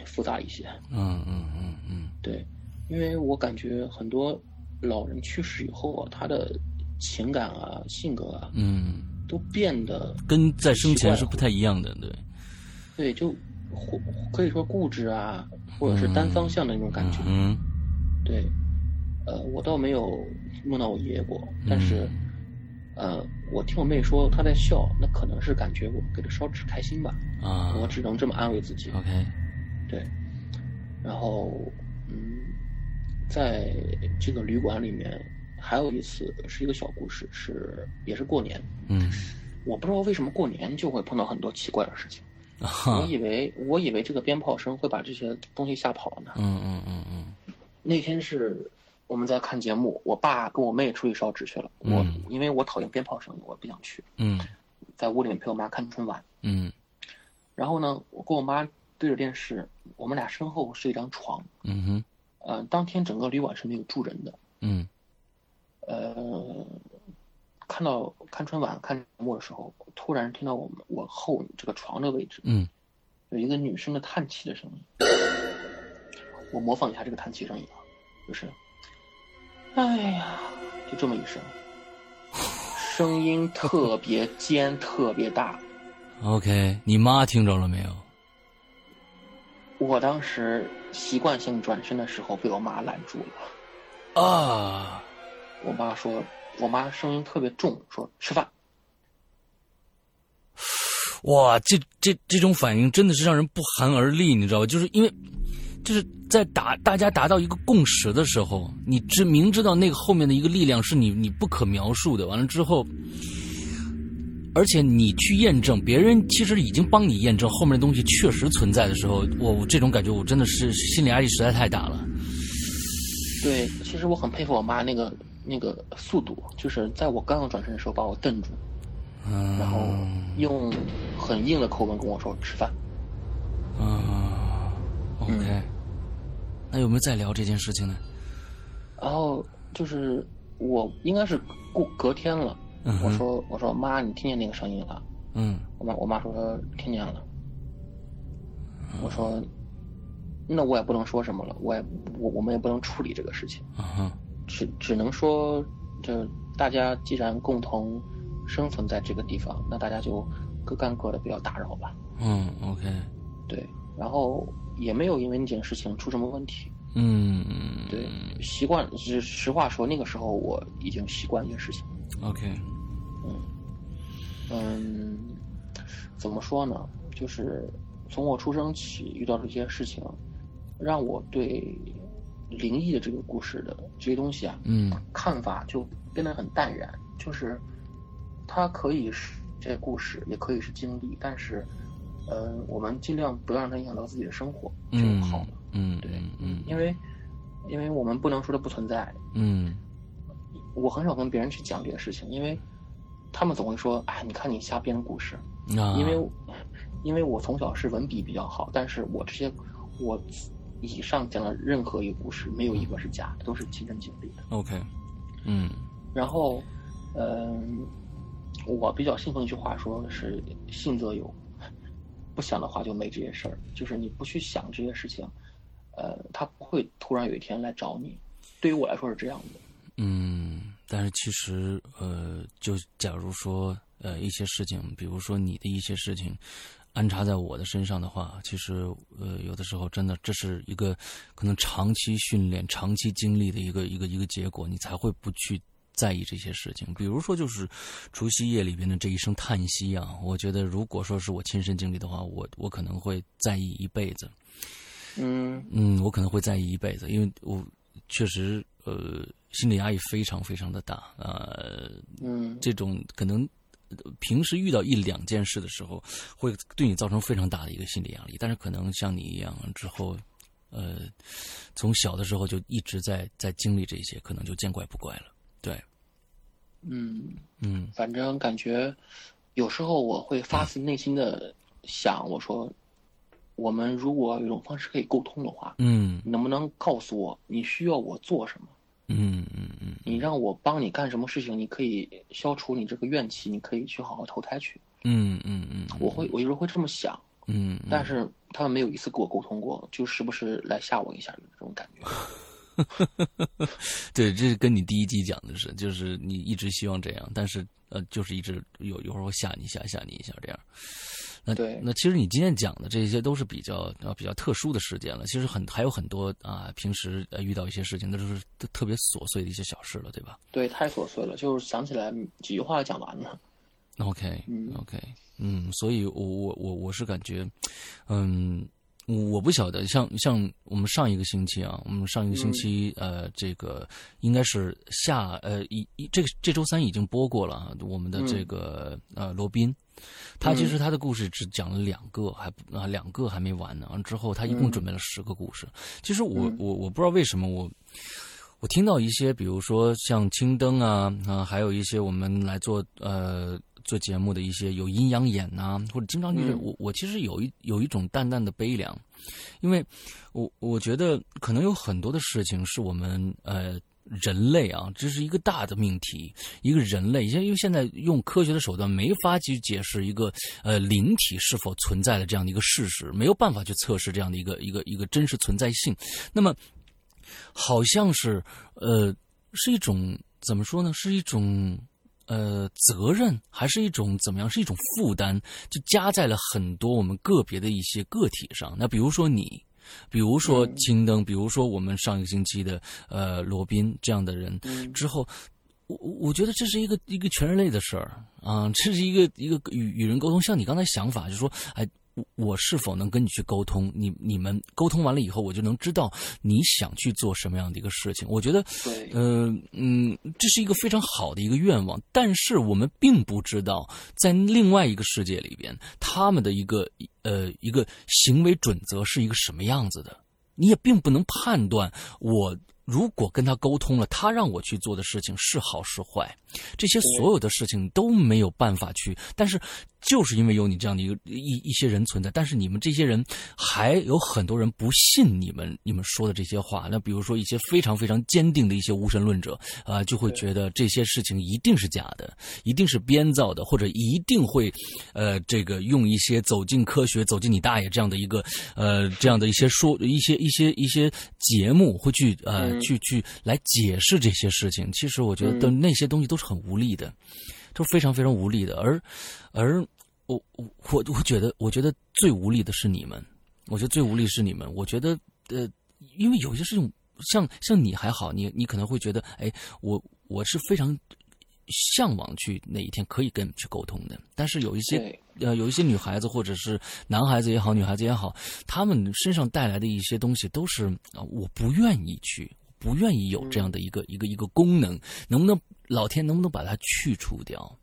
Speaker 3: 复杂一些。
Speaker 2: 嗯，嗯嗯嗯
Speaker 3: 对，因为我感觉很多老人去世以后啊，他的情感啊、性格啊，
Speaker 2: 嗯，
Speaker 3: 都变得
Speaker 2: 跟在生前是不太一样的，对，
Speaker 3: 对，就或可以说固执啊，或者是单方向的那种感觉。
Speaker 2: 嗯
Speaker 3: 对，呃，我倒没有梦到我爷爷过，但
Speaker 2: 嗯
Speaker 3: 是，呃，我听我妹说她在笑，那可能是感觉我给她烧纸开心吧，
Speaker 2: 啊
Speaker 3: 我只能这么安慰自己。
Speaker 2: ，OK，
Speaker 3: 对，然后嗯，在这个旅馆里面还有一次是一个小故事，是也是过年，
Speaker 2: 嗯，
Speaker 3: 我不知道为什么过年就会碰到很多奇怪的事情。
Speaker 2: 啊
Speaker 3: 我
Speaker 2: 哈，
Speaker 3: 以为我以为这个鞭炮声会把这些东西吓跑呢。
Speaker 2: 嗯嗯嗯嗯
Speaker 3: 那天是我们在看节目，我爸跟我妹出去烧纸去了。我
Speaker 2: 嗯
Speaker 3: 因为我讨厌鞭炮声，我不想去，
Speaker 2: 嗯
Speaker 3: 在屋里面陪我妈看春晚。
Speaker 2: 嗯
Speaker 3: 然后呢，我跟我妈对着电视，我们俩身后是一张床。
Speaker 2: 嗯哼，
Speaker 3: 呃，当天整个旅馆是没有住人的。
Speaker 2: 嗯
Speaker 3: 呃，看到看春晚看节目的时候，突然听到我们我后这个床的位置
Speaker 2: 嗯
Speaker 3: 有一个女生的叹气的声音，我模仿一下这个叹气声音啊，就是，哎呀，就这么一声，声音特别尖，特别大。
Speaker 2: ，OK，你妈听着了没有？
Speaker 3: 我当时习惯性转身的时候被我妈拦住了，
Speaker 2: 啊，
Speaker 3: 我妈说，我妈声音特别重，说吃饭。
Speaker 2: 哇，这这这种反应真的是让人不寒而栗，你知道吧？就是因为，就是在达大家达到一个共识的时候，你知明知道那个后面的一个力量是你你不可描述的，完了之后，而且你去验证，别人其实已经帮你验证后面的东西确实存在的时候，我我这种感觉我真的是心理压力实在太大了。
Speaker 3: 对，其实我很佩服我妈那个那个速度，就是在我刚刚转身的时候把我瞪住，
Speaker 2: 嗯，
Speaker 3: 然后用很硬的口吻跟我说吃饭。
Speaker 2: 啊，OK，、那有没有再聊这件事情呢？
Speaker 3: 然后就是我应该是过隔天了，
Speaker 2: 嗯
Speaker 3: 我
Speaker 2: 哼，
Speaker 3: 说我说妈，你听见那个声音了？
Speaker 2: 嗯
Speaker 3: 我妈我妈说听见了。我说，那我也不能说什么了，我也我我们也不能处理这
Speaker 2: 嗯
Speaker 3: 个事情，
Speaker 2: 啊哈，
Speaker 3: 只只能说，就大家既然共同生存在这个地方，那大家就各干各的，不要打扰吧。
Speaker 2: 嗯，OK，
Speaker 3: 对，然后也没有因为那件事情出什么问题。
Speaker 2: 嗯，
Speaker 3: 对，习惯是实话说，那个时候我已经习惯一件事情。
Speaker 2: ，OK，
Speaker 3: 嗯，怎么说呢？就是从我出生起遇到的这些事情，让我对灵异的这个故事的这些东西啊，
Speaker 2: 嗯
Speaker 3: 看法就变得很淡然。就是它可以是这故事，也可以是经历，但是，呃，我们尽量不要让它影响到自己的生活，这就
Speaker 2: 嗯，
Speaker 3: 好了。
Speaker 2: 嗯，
Speaker 3: 对
Speaker 2: 嗯嗯
Speaker 3: 因为，因为我们不能说它不存在，
Speaker 2: 嗯
Speaker 3: 我很少跟别人去讲这些事情，因为他们总会说：“哎，你看你瞎编故事。”
Speaker 2: 嗯，啊，
Speaker 3: 因为我因为我从小是文笔比较好，但是我这些我以上讲的任何一个故事，没有一个是假的，都是亲身经历的。
Speaker 2: OK，嗯
Speaker 3: 然后，嗯、我比较信奉一句话，说是信则有，不想的话就没这些事儿。就是你不去想这些事情，呃，它不会突然有一天来找你。对于我来说是这样的，
Speaker 2: 嗯，但是其实呃，就假如说呃一些事情，比如说你的一些事情。安插在我的身上的话，其实呃，有的时候真的这是一个可能长期训练、长期经历的一个一个一个结果，你才会不去在意这些事情。比如说，就是除夕夜里边的这一声叹息啊，我觉得如果说是我亲身经历的话，我我可能会在意一辈子。
Speaker 3: 嗯
Speaker 2: 嗯，我可能会在意一辈子，因为我确实呃心理压力非常非常的大，呃，
Speaker 3: 嗯，
Speaker 2: 这种可能呃平时遇到一两件事的时候，会对你造成非常大的一个心理压力，但是可能像你一样之后。呃，从小的时候就一直在在经历这些，可能就见怪不怪了。对，
Speaker 3: 嗯，
Speaker 2: 嗯
Speaker 3: 反正感觉有时候我会发自内心的想，我说，我们如果有一种方式可以沟通的话，
Speaker 2: 嗯
Speaker 3: 你能不能告诉我你需要我做什么？
Speaker 2: 嗯嗯嗯
Speaker 3: 你让我帮你干什么事情？你可以消除你这个怨气，你可以去好好投胎去。
Speaker 2: 嗯嗯嗯，
Speaker 3: 我会，我有时候会这么想，
Speaker 2: 嗯，嗯
Speaker 3: 但是他们没有一次跟我沟通过，就时不时来吓我一下的这种感觉。
Speaker 2: 对，这是跟你第一集讲的是，就是你一直希望这样，但是呃，就是一直有有时候吓你一下，吓你一下这样。那
Speaker 3: 对
Speaker 2: 那其实你今天讲的这些都是比较啊比较特殊的事件了，其实很还有很多啊，平时呃遇到一些事情，那就是特特别琐碎的一些小事了，对吧
Speaker 3: 对，太琐碎了，就是想起来几句话就讲完了。
Speaker 2: ？OK
Speaker 3: 嗯
Speaker 2: OK，嗯，所以我我我我是感觉，嗯。我不晓得，像像我们上一个星期啊，我们上一个
Speaker 3: 嗯
Speaker 2: 星期，呃，这个应该是下呃一一这个这周三已经播过了啊，我们的
Speaker 3: 嗯
Speaker 2: 这个、呃罗宾，他其实他的故事只讲了两个，还不啊两个还没完呢，之后他一共
Speaker 3: 嗯
Speaker 2: 准备了十个故事。其实我
Speaker 3: 嗯
Speaker 2: 我我不知道为什么我。我听到一些，比如说像青灯啊啊，还有一些我们来做呃做节目的一些有阴阳眼呐、或者经常就是、
Speaker 3: 嗯
Speaker 2: 我我其实有一有一种淡淡的悲凉，因为我我觉得可能有很多的事情是我们呃人类啊，这是一个大的命题，一个人类，因为因为现在用科学的手段没法去解释一个呃灵体是否存在的这样的一个事实，没有办法去测试这样的一个一个一个真实存在性。那么，好像是呃是一种怎么说呢？是一种。呃，责任还是一种怎么样？是一种负担，就加在了很多我们个别的一些个体上。那比如说你，比如说
Speaker 3: 嗯
Speaker 2: 青灯，比如说我们上一个星期的呃罗宾这样的人，
Speaker 3: 嗯
Speaker 2: 之后，我我我觉得这是一个一个全人类的事儿啊、这是一个一个与与人沟通。像你刚才想法，就是说，哎，我我是否能跟你去沟通？你你们沟通完了以后，我就能知道你想去做什么样的一个事情。我觉得，
Speaker 3: 对
Speaker 2: 呃嗯，这是一个非常好的一个愿望，但是我们并不知道在另外一个世界里边，他们的一个呃一个行为准则是一个什么样子的。你也并不能判断我如果跟他沟通了，他让我去做的事情是好是坏，这些所有的事情都没有办法去。但是就是因为有你这样的一个一一些人存在，但是你们这些人还有很多人不信你们你们说的这些话。那比如说一些非常非常坚定的一些无神论者，啊，就会
Speaker 3: 对
Speaker 2: 觉得这些事情一定是假的，一定是编造的，或者一定会，呃，这个用一些走进科学、走进你大爷这样的一个，呃，这样的一些说一些一些一些节目会去呃、
Speaker 3: 嗯
Speaker 2: 去去来解释这些事情。其实我觉得
Speaker 3: 嗯
Speaker 2: 都那些东西都是很无力的，都是非常非常无力的。而而我我我我觉得，我觉得最无力的是你们，我觉得最无力是你们。我觉得呃，因为有些事情，像像你还好，你你可能会觉得，哎，我我是非常向往去哪一天可以跟你们去沟通的。但是有一些
Speaker 3: 对
Speaker 2: 呃，有一些女孩子或者是男孩子也好，女孩子也好，她们身上带来的一些东西都是啊、我不愿意去。不愿意有这样的一个、一个一个功能，能不能老天能不能把它去除掉？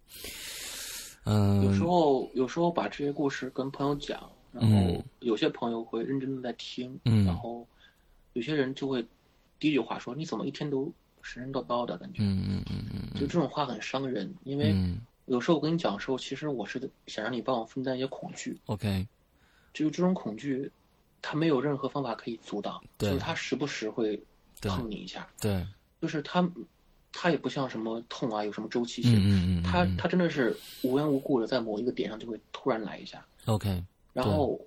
Speaker 2: 嗯、
Speaker 3: 有时候有时候把这些故事跟朋友讲，然
Speaker 2: 嗯
Speaker 3: 后有些朋友会认真的在听，
Speaker 2: 嗯
Speaker 3: 然后有些人就会第一句话说：“你怎么一天都神神叨叨的感觉？”
Speaker 2: 嗯嗯嗯嗯
Speaker 3: 就这种话很伤人，因为
Speaker 2: 嗯
Speaker 3: 有时候我跟你讲的时候，其实我是想让你帮我分担一些恐惧，
Speaker 2: ，OK，
Speaker 3: 就是这种恐惧，它没有任何方法可以阻挡，
Speaker 2: 对
Speaker 3: 就是它时不时会
Speaker 2: 对
Speaker 3: 碰你一下，
Speaker 2: 对，
Speaker 3: 就是它，它也不像什么痛啊有什么周期
Speaker 2: 嗯
Speaker 3: 性，
Speaker 2: 嗯嗯，
Speaker 3: 它
Speaker 2: 嗯
Speaker 3: 它真的是无缘无故的在某一个点上就会突然来一下，
Speaker 2: OK，
Speaker 3: 然
Speaker 2: 对
Speaker 3: 后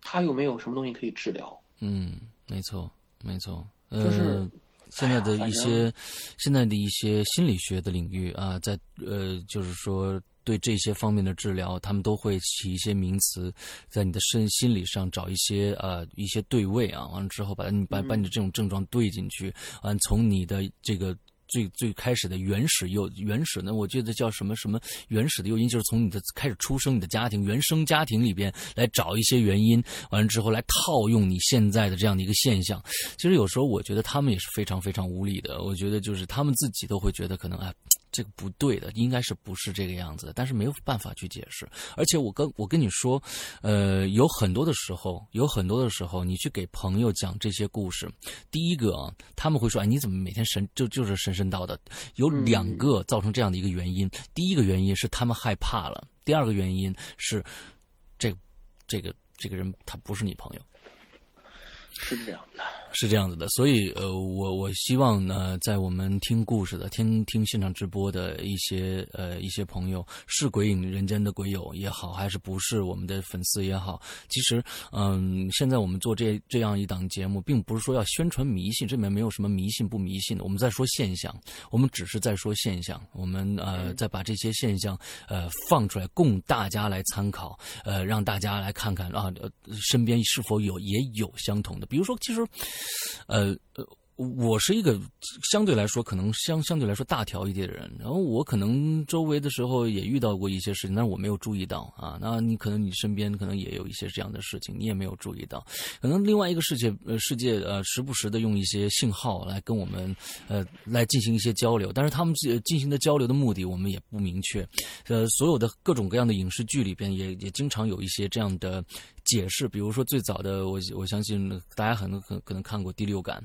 Speaker 3: 它又没有什么东西可以治疗，
Speaker 2: 嗯，没错没错，呃，
Speaker 3: 就是
Speaker 2: 现在的
Speaker 3: 哎呀
Speaker 2: 一
Speaker 3: 反正
Speaker 2: 些现在的一些心理学的领域啊，在呃，就是说。对这些方面的治疗，他们都会起一些名词，在你的身心理上找一些呃一些对位啊，完了之后把你把把你的这种症状对进去，啊，从你的这个最最开始的原始诱原始呢，我记得叫什么什么原始的诱因，就是从你的开始出生你的家庭原生家庭里边来找一些原因，完了之后来套用你现在的这样的一个现象。其实有时候我觉得他们也是非常非常无力的，我觉得就是他们自己都会觉得可能哎。这个不对的，应该是不是这个样子的，但是没有办法去解释。而且我跟我跟你说，呃，有很多的时候，有很多的时候，你去给朋友讲这些故事，第一个啊，他们会说，哎，你怎么每天神就就是神神叨叨？有
Speaker 3: 嗯
Speaker 2: 两个造成这样的一个原因，第一个原因是他们害怕了，第二个原因是这这个这个人他不是你朋友。
Speaker 3: 是这样的。
Speaker 2: 是这样子的，所以呃，我我希望呢，在我们听故事的、听听现场直播的一些呃一些朋友，是鬼影人间的鬼友也好，还是不是我们的粉丝也好，其实嗯，现在我们做这这样一档节目，并不是说要宣传迷信，这里面没有什么迷信不迷信的，我们在说现象，我们只是在说现象，我们呃
Speaker 3: 嗯
Speaker 2: 再把这些现象呃放出来，供大家来参考，呃，让大家来看看啊，呃，身边是否有也有相同的。比如说，其实，呃呃，我是一个相对来说可能相相对来说大条一点的人，然后我可能周围的时候也遇到过一些事情，但是我没有注意到啊。那你可能你身边可能也有一些这样的事情，你也没有注意到。可能另外一个世界，呃，世界呃，时不时的用一些信号来跟我们呃来进行一些交流，但是他们呃进行的交流的目的我们也不明确。呃，所有的各种各样的影视剧里边也也经常有一些这样的解释，比如说最早的我我相信大家很很可能看过《第六感》，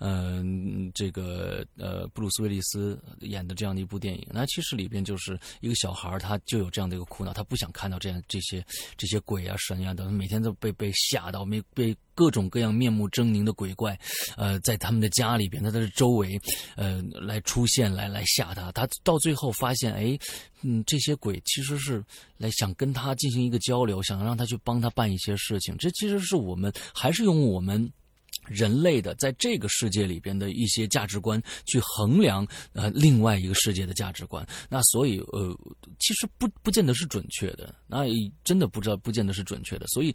Speaker 2: 嗯、这个呃布鲁斯威利斯演的这样的一部电影，那其实里边就是一个小孩儿他就有这样的一个苦恼，他不想看到这样这些这些鬼啊神呀、的，每天都被被吓到，没被各种各样面目狰狞的鬼怪，呃，在他们的家里边，在他的周围，呃，来出现，来来吓他。他到最后发现，哎，嗯，这些鬼其实是来想跟他进行一个交流，想让他去帮他办一些事情。这其实是我们还是用我们。人类的在这个世界里边的一些价值观去衡量呃另外一个世界的价值观，那所以呃其实不不见得是准确的，那真的不知道不见得是准确的，所以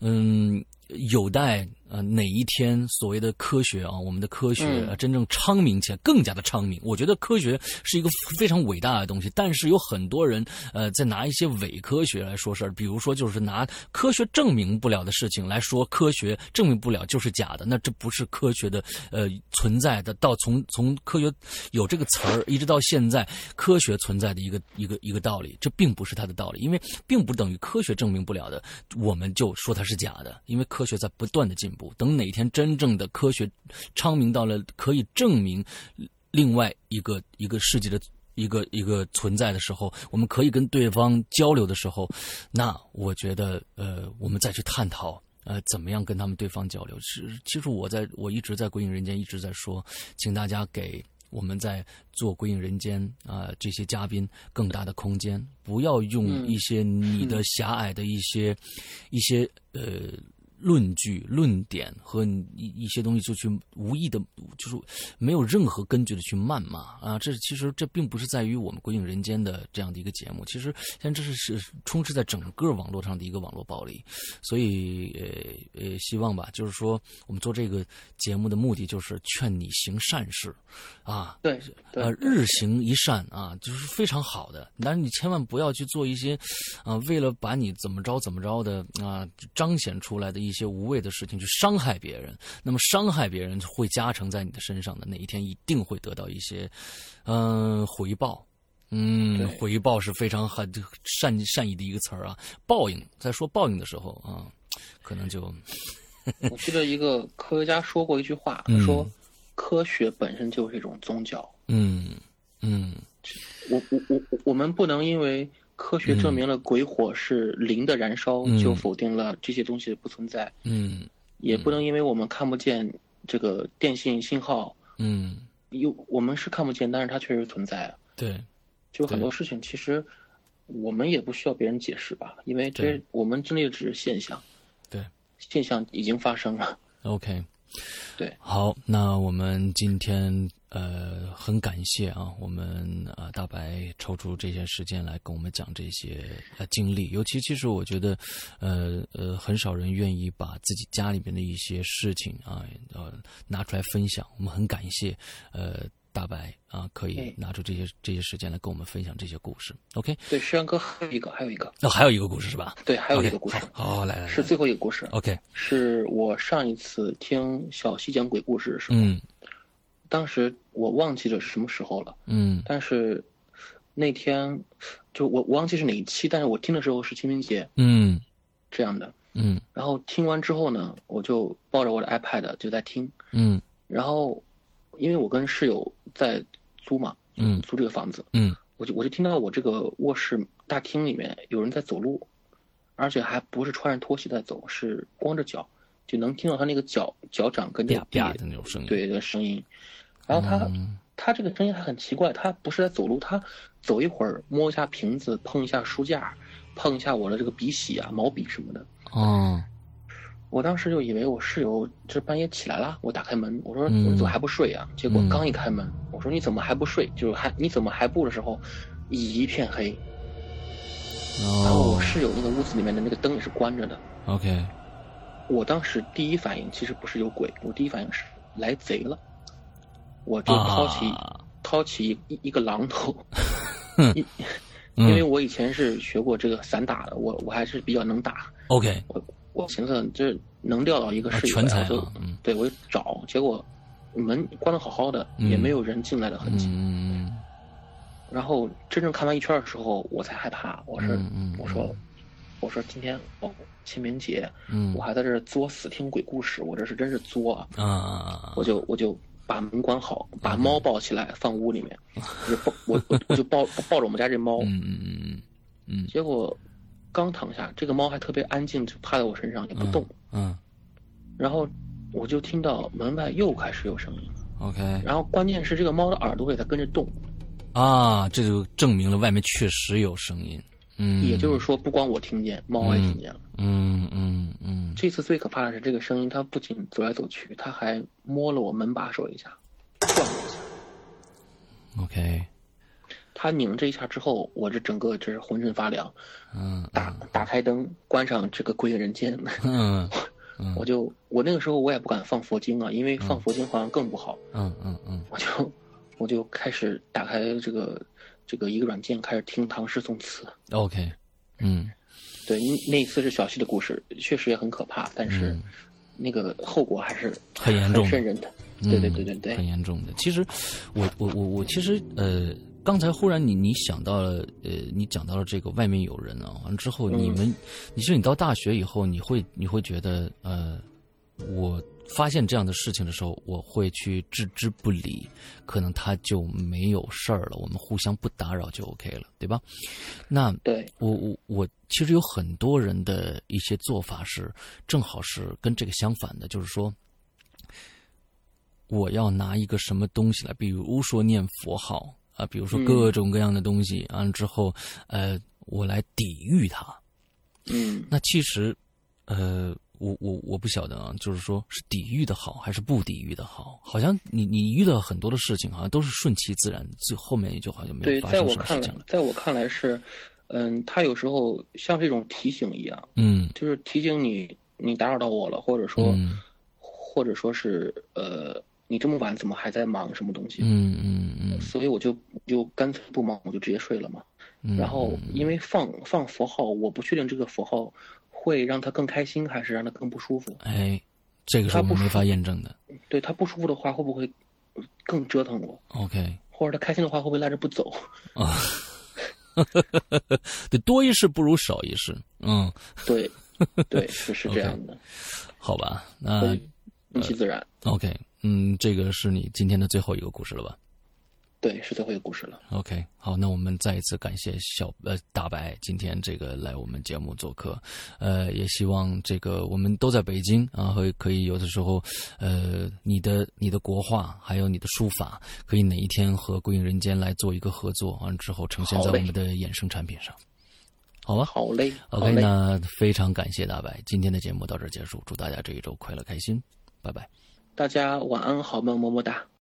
Speaker 2: 嗯有待呃哪一天所谓的科学啊，我们的科学、
Speaker 3: 嗯
Speaker 2: 呃真正昌明起来，更加的昌明。我觉得科学是一个非常伟大的东西，但是有很多人呃在拿一些伪科学来说事儿，比如说就是拿科学证明不了的事情来说科学证明不了就是假的，那这不是科学的呃存在的。到从从科学有这个词儿一直到现在，科学存在的一个一个一个道理，这并不是它的道理，因为并不等于科学证明不了的，我们就说它是假的，因为科学在不断的进步。等哪天真正的科学昌明到了可以证明另外一个一个世界的一个一个存在的时候，我们可以跟对方交流的时候，那我觉得呃，我们再去探讨。呃，怎么样跟他们对方交流？其实，其实我在我一直在《鬼影人间》一直在说，请大家给我们在做《鬼影人间》啊、这些嘉宾更大的空间，不要用
Speaker 3: 嗯
Speaker 2: 一些你的狭隘的一些、一些呃论据、论点和一一些东西就去无意的，就是没有任何根据的去谩骂啊！这其实这并不是在于我们《鬼影人间》的这样的一个节目，其实现在这是是充斥在整个网络上的一个网络暴力，所以呃呃，希望吧，就是说我们做这个节目的目的就是劝你行善事，啊，
Speaker 3: 对，对
Speaker 2: 呃，日行一善啊，就是非常好的，但是你千万不要去做一些啊，为了把你怎么着怎么着的啊彰显出来的一些无谓的事情去伤害别人，那么伤害别人会加成在你的身上的，哪一天一定会得到一些嗯、呃回报。嗯，
Speaker 3: 对
Speaker 2: 回报是非常很善善意的一个词儿啊。报应，在说报应的时候啊，可能就
Speaker 3: 我记得一个科学家说过一句话，
Speaker 2: 嗯
Speaker 3: 说科学本身就是一种宗教。
Speaker 2: 嗯嗯
Speaker 3: 我我我我我们不能因为科学证明了鬼火是零的燃烧，
Speaker 2: 嗯
Speaker 3: 就否定了这些东西的不存在，
Speaker 2: 嗯
Speaker 3: 也不能因为我们看不见这个电信信号，
Speaker 2: 嗯，
Speaker 3: 有我们是看不见，但是它确实存在。啊
Speaker 2: 对，
Speaker 3: 就很
Speaker 2: 对
Speaker 3: 多事情其实我们也不需要别人解释吧，因为这
Speaker 2: 对
Speaker 3: 我们经历的只是现象，
Speaker 2: 对，
Speaker 3: 现象已经发生了。
Speaker 2: OK，
Speaker 3: 对，
Speaker 2: 好，那我们今天呃很感谢啊，我们呃大白抽出这些时间来跟我们讲这些呃经历，尤其其实我觉得呃呃很少人愿意把自己家里面的一些事情啊呃拿出来分享，我们很感谢呃。大白啊，可以
Speaker 3: 嗯
Speaker 2: 拿出这些这些时间来跟我们分享这些故事。OK，
Speaker 3: 对，石阳哥还有一个，还有一个，
Speaker 2: 那、还有一个故事是吧？
Speaker 3: 对，还有一
Speaker 2: OK，
Speaker 3: 个故事
Speaker 2: 好，好，好来来来
Speaker 3: 是最后一个故事。
Speaker 2: ，OK，
Speaker 3: 是我上一次听小西讲鬼故事的时候，
Speaker 2: 嗯
Speaker 3: 当时我忘记了是什么时候了，
Speaker 2: 嗯
Speaker 3: 但是那天就我我忘记是哪一期，但是我听的时候是清明节
Speaker 2: 嗯
Speaker 3: 这样的。
Speaker 2: 嗯
Speaker 3: 然后听完之后呢，我就抱着我的 iPad 就在听，
Speaker 2: 嗯
Speaker 3: 然后因为我跟室友在租嘛，
Speaker 2: 嗯
Speaker 3: 租这个房子，
Speaker 2: 嗯
Speaker 3: 我就我就听到我这个卧室大厅里面有人在走路，而且还不是穿着拖鞋在走，是光着脚，就能听到他那个脚脚掌跟这
Speaker 2: 啪
Speaker 3: 个地
Speaker 2: 啪的那种声音。
Speaker 3: 对的声音。然后他、
Speaker 2: 嗯
Speaker 3: 他这个声音还很奇怪，他不是在走路，他走一会儿摸一下瓶子，碰一下书架，碰一下我的这个笔洗啊、毛笔什么的。
Speaker 2: 哦，
Speaker 3: 我当时就以为我室友这半夜起来了，我打开门，我说
Speaker 2: 嗯
Speaker 3: 我怎么还不睡啊？结果
Speaker 2: 嗯
Speaker 3: 刚一开门，我说你怎么还不睡？就是还你怎么还不的时候，一片黑。然后我
Speaker 2: 哦
Speaker 3: 室友那个屋子里面的那个灯也是关着的。
Speaker 2: ，OK，
Speaker 3: 我当时第一反应其实不是有鬼，我第一反应是来贼了，我就掏起、
Speaker 2: 啊
Speaker 3: 掏起一一个榔头，因
Speaker 2: 嗯
Speaker 3: 因为我以前是学过这个散打的，我我还是比较能打，
Speaker 2: ，OK，
Speaker 3: 我我寻思这能钓到一个
Speaker 2: 啊
Speaker 3: 是有
Speaker 2: 全
Speaker 3: 的，
Speaker 2: 才
Speaker 3: 我就
Speaker 2: 啊嗯
Speaker 3: 对我就找，结果门关的好好的，也
Speaker 2: 嗯
Speaker 3: 没有人进来的痕迹。
Speaker 2: 嗯嗯
Speaker 3: 然后真正看完一圈的时候，我才害怕，我是、
Speaker 2: 嗯嗯
Speaker 3: 我说我说今天哦清明节，
Speaker 2: 嗯
Speaker 3: 我还在这儿作死听鬼故事，我这是真是作啊！
Speaker 2: 啊啊，
Speaker 3: 我就我就把门关好，把猫抱起来放屋 里面，我就抱我我我就抱抱着我们家这猫，
Speaker 2: 嗯嗯嗯
Speaker 3: 结果刚躺下，这个猫还特别安静，就趴在我身上也不动。
Speaker 2: 嗯嗯
Speaker 3: 然后我就听到门外又开始有声音，
Speaker 2: 嗯，OK，
Speaker 3: 然后关键是这个猫的耳朵也在跟着动，
Speaker 2: 啊，这就证明了外面确实有声音。嗯，
Speaker 3: 也就是说不光我听见，猫也听见了。
Speaker 2: 嗯嗯嗯，
Speaker 3: 这次最可怕的是，这个声音它不仅走来走去，它还摸了我门把手一下，转了一下。
Speaker 2: 嗯，OK，
Speaker 3: 它拧这一下之后，我这整个就是浑身发凉。
Speaker 2: 嗯
Speaker 3: 打打开灯，关上这个《鬼影人间》
Speaker 2: 嗯嗯
Speaker 3: 我就我那个时候我也不敢放佛经啊，因为放佛经好像更不好。
Speaker 2: 嗯嗯嗯
Speaker 3: 我就我就开始打开这个这个一个软件，开始听唐诗宋词。
Speaker 2: ，OK，嗯
Speaker 3: 对，因那一次是小溪的故事，确实也很可怕，但是
Speaker 2: 嗯
Speaker 3: 那个后果还是
Speaker 2: 很严重
Speaker 3: 瘆人的。
Speaker 2: 嗯
Speaker 3: 对对对对对
Speaker 2: 很，严重的。其实我我我我其实呃，刚才忽然你你想到了呃，你讲到了这个外面有人啊，完了之后
Speaker 3: 嗯
Speaker 2: 你们，你说你到大学以后，你会你会觉得呃，我发现这样的事情的时候，我会去置之不理，可能他就没有事儿了，我们互相不打扰就 OK 了，对吧？那
Speaker 3: 对
Speaker 2: 我我我其实有很多人的一些做法是正好是跟这个相反的，就是说，我要拿一个什么东西来，比如说念佛号啊，比如说
Speaker 3: 嗯
Speaker 2: 各种各样的东西，完、了之后，呃，我来抵御它。
Speaker 3: 嗯
Speaker 2: 那其实，呃，我我我不晓得啊，就是说是抵御的好还是不抵御的好？好像你你遇到很多的事情，好像都是顺其自然，最后面也就好像没
Speaker 3: 对，
Speaker 2: 有发
Speaker 3: 在
Speaker 2: 生
Speaker 3: 我
Speaker 2: 什么
Speaker 3: 看
Speaker 2: 事情
Speaker 3: 来
Speaker 2: 了。，
Speaker 3: 在我看来是，嗯，他有时候像这种提醒一样，
Speaker 2: 嗯
Speaker 3: 就是提醒你，你打扰到我了，或者说，
Speaker 2: 嗯
Speaker 3: 或者说是呃，你这么晚怎么还在忙什么东西？
Speaker 2: 嗯嗯嗯
Speaker 3: 所以我就就干脆不忙，我就直接睡了嘛。
Speaker 2: 嗯，
Speaker 3: 然后因为放放佛号，我不确定这个佛号会让他更开心，还是让他更不舒服。
Speaker 2: 哎，这个是
Speaker 3: 他
Speaker 2: 我们
Speaker 3: 不
Speaker 2: 没
Speaker 3: 舒
Speaker 2: 法验证的。
Speaker 3: 对他不舒服的话，会不会更折腾我？
Speaker 2: OK
Speaker 3: 或者他开心的话，会不会赖着不走？
Speaker 2: 啊，对，多一事不如少一事。嗯，
Speaker 3: 对，对，就是这样 的，
Speaker 2: 好吧，那
Speaker 3: 所以
Speaker 2: 嗯
Speaker 3: 顺其自然。
Speaker 2: OK，嗯，这个是你今天的最后一个故事了吧
Speaker 3: 对，是最后一个故事了。
Speaker 2: ？OK，好，那我们再一次感谢小呃大白今天这个来我们节目做客，呃，也希望这个我们都在北京啊，会可以有的时候，呃，你的你的国画还有你的书法，可以哪一天和《归隐人间》来做一个合作，完了之后呈现在
Speaker 3: 好
Speaker 2: 我
Speaker 3: 嘞
Speaker 2: 们的衍生产品上，好吧？
Speaker 3: 好嘞，好
Speaker 2: OK，
Speaker 3: 嘞，
Speaker 2: 那非常感谢大白，今天的节目到这儿结束，祝大家这一周快乐开心，拜拜。
Speaker 3: 大家晚安，好梦，么么哒。